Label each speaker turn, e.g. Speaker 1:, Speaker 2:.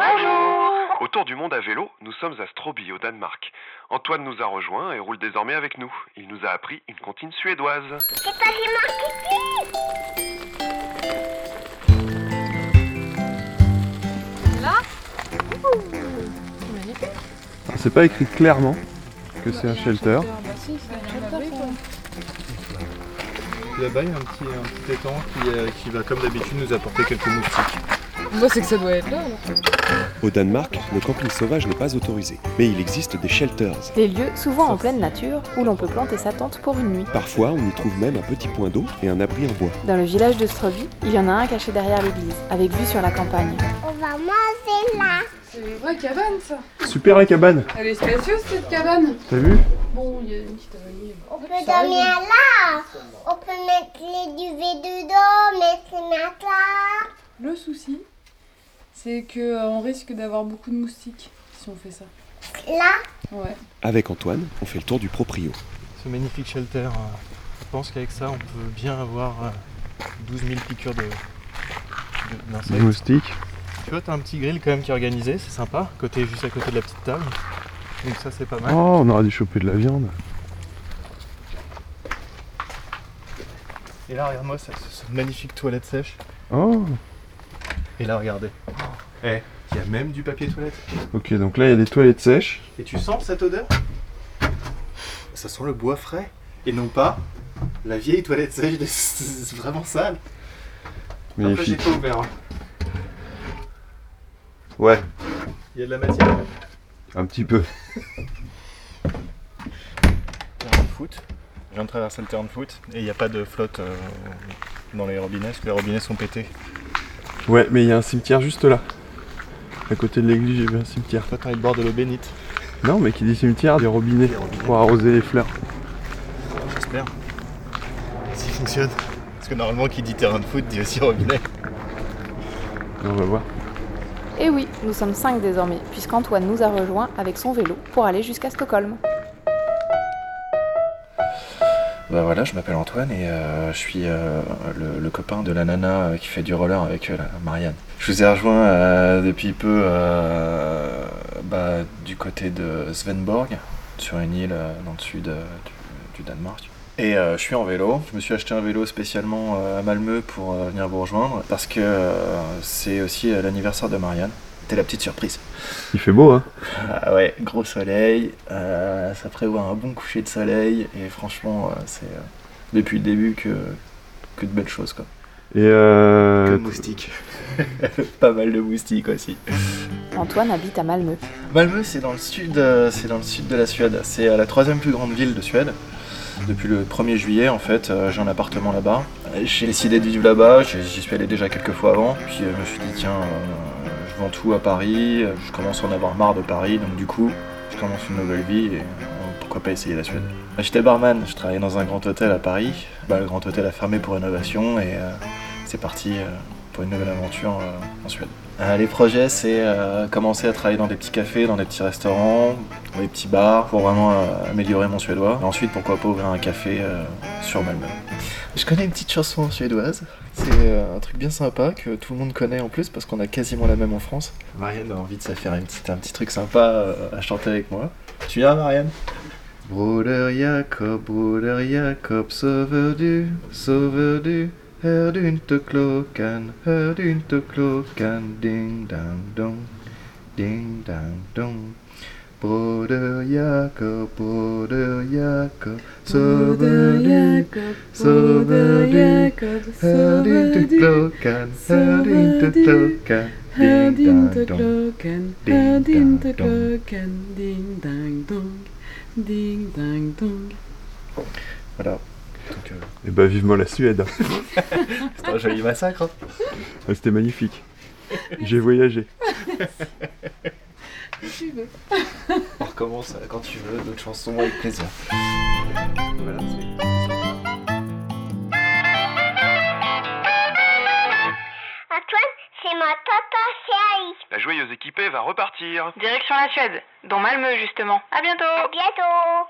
Speaker 1: Bonjour Autour du monde à vélo, nous sommes à Stroby, au Danemark. Antoine nous a rejoints et roule désormais avec nous. Il nous a appris une comptine suédoise.
Speaker 2: C'est pas les marketing
Speaker 3: Là
Speaker 4: C'est pas écrit clairement que c'est un shelter.
Speaker 3: Bah si, c'est un shelter, quoi.
Speaker 5: Là-bas, il y a un petit, un petit étang qui, euh, qui va, comme d'habitude, nous apporter quelques moustiques.
Speaker 3: Moi, c'est que ça doit être là. alors.
Speaker 6: Au Danemark, le camping sauvage n'est pas autorisé, mais il existe des shelters.
Speaker 7: Des lieux souvent en pleine nature où l'on peut planter sa tente pour une nuit.
Speaker 6: Parfois, on y trouve même un petit point d'eau et un abri en bois.
Speaker 7: Dans le village de Stroby, il y en a un caché derrière l'église, avec vue sur la campagne.
Speaker 2: On va manger là
Speaker 3: C'est une vraie cabane, ça.
Speaker 4: Super la cabane,
Speaker 3: Elle est spacieuse, cette cabane.
Speaker 4: t'as vu
Speaker 3: Bon, il y a une petite avenue.
Speaker 2: On peut dormir là On peut mettre les duvets dedans, mettre les matelas
Speaker 3: Le souci, c'est que euh, on risque d'avoir beaucoup de moustiques si on fait ça.
Speaker 2: Là
Speaker 3: Ouais.
Speaker 6: Avec Antoine, on fait le tour du proprio.
Speaker 5: Ce magnifique shelter, euh, je pense qu'avec ça, on peut bien avoir euh, 12 000 piqûres de, de- d'insectes.
Speaker 4: Moustique.
Speaker 5: Tu vois, t'as un petit grill quand même qui est organisé, c'est sympa, côté, juste à côté de la petite table. Donc ça, c'est pas mal.
Speaker 4: Oh, on aurait dû choper de la viande.
Speaker 5: Et là, regarde-moi ça- ce- cette magnifique toilette sèche.
Speaker 4: Oh,
Speaker 5: Et là, regardez. Eh, il y a même du papier toilette.
Speaker 4: ok, donc là il y a des toilettes sèches.
Speaker 5: Et tu sens cette odeur Ça sent le bois frais. Et non pas la vieille toilette sèche, de- c'est vraiment sale. Après, j'ai
Speaker 4: Magnifique.
Speaker 5: pas ouvert. hein.
Speaker 4: Ouais,
Speaker 5: Il y a de la matière.
Speaker 4: un petit peu.
Speaker 5: Terrain de foot. Je viens de traverser le terrain de foot et il n'y a pas de flotte euh, dans les robinets parce que les robinets sont pétés.
Speaker 4: Ouais, mais il y a un cimetière juste là. À côté de l'église, j'ai vu un cimetière.
Speaker 5: Toi, t'as envie de boire de l'eau bénite,
Speaker 4: Non, mais qui dit cimetière, des robinets
Speaker 5: Des robinets.
Speaker 4: pour arroser les fleurs.
Speaker 5: j'espère. S'il fonctionne. Parce que normalement, qui dit terrain de foot dit aussi robinet.
Speaker 4: On va voir.
Speaker 7: Et Eh oui, nous sommes cinq désormais, puisqu'Antoine nous a rejoints avec son vélo pour aller jusqu'à Stockholm.
Speaker 8: Bah voilà, je m'appelle Antoine et euh, je suis euh, le, le copain de la nana euh, qui fait du roller avec euh, la Marianne. Je vous ai rejoint euh, depuis peu euh, bah, du côté de Svenborg, sur une île euh, dans le sud euh, du, du Danemark. Et euh, je suis en vélo. Je me suis acheté un vélo spécialement euh, à Malmö pour euh, venir vous rejoindre parce que euh, c'est aussi euh, l'anniversaire de Marianne. C'était la petite surprise.
Speaker 4: Il fait beau, hein
Speaker 8: Ah ouais, gros soleil, euh, ça prévoit un bon coucher de soleil, et franchement, euh, c'est euh, depuis le début que, que de belles choses. Quoi.
Speaker 4: Et euh.
Speaker 8: moustiques. Pas mal de moustiques aussi.
Speaker 7: Antoine habite à Malmö.
Speaker 8: Malmö, c'est dans, le sud, euh, c'est dans le sud de la Suède, c'est euh, la troisième plus grande ville de Suède. Depuis le 1er juillet, en fait, euh, j'ai un appartement là-bas. Euh, J'ai décidé de vivre là-bas, j'ai- j'y suis allé déjà quelques fois avant, puis euh, je me suis dit, tiens, euh, je vends tout à Paris, euh, je commence à en avoir marre de Paris, donc du coup, je commence une nouvelle vie et euh, pourquoi pas essayer la Suède. J'étais barman, je travaillais dans un grand hôtel à Paris. Bah, le grand hôtel a fermé pour rénovation et euh, c'est parti euh, pour une nouvelle aventure euh, en Suède. Euh, les projets, c'est euh, commencer à travailler dans des petits cafés, dans des petits restaurants, dans des petits bars pour vraiment euh, améliorer mon suédois. Et ensuite, pourquoi pas ouvrir un café euh, sur Malmö. Je connais une petite chanson en suédoise. C'est euh, un truc bien sympa que tout le monde connaît en plus parce qu'on a quasiment la même en France. Marianne a envie de se faire une petite- un petit truc sympa euh, à chanter avec moi. Tu viens, Marianne Broder Jacob, broder Jacob, sauveur du, sauveur du, hör du inte klockan, hör du inte klockan, ding dang dong, ding dang dong. Broder Jacob, broder Jacob, sauveur du, sauveur du, hör du inte klockan, hör du inte klockan, ding dang dong. Ding dang dong.
Speaker 3: ding dang dong, ding dang dong.
Speaker 8: Voilà. Donc, euh,
Speaker 4: Et bah, vivement la Suède.
Speaker 8: C'était un joli massacre. hein.
Speaker 4: Ah, C'était magnifique. J'ai voyagé.
Speaker 3: Tu veux
Speaker 8: On recommence euh, quand tu veux, d'autres chansons avec plaisir. Voilà, c'est-
Speaker 2: Antoine, c'est ma tata chérie
Speaker 1: La joyeuse équipée va repartir.
Speaker 9: Direction la Suède, dont Malmö justement. À bientôt
Speaker 2: À bientôt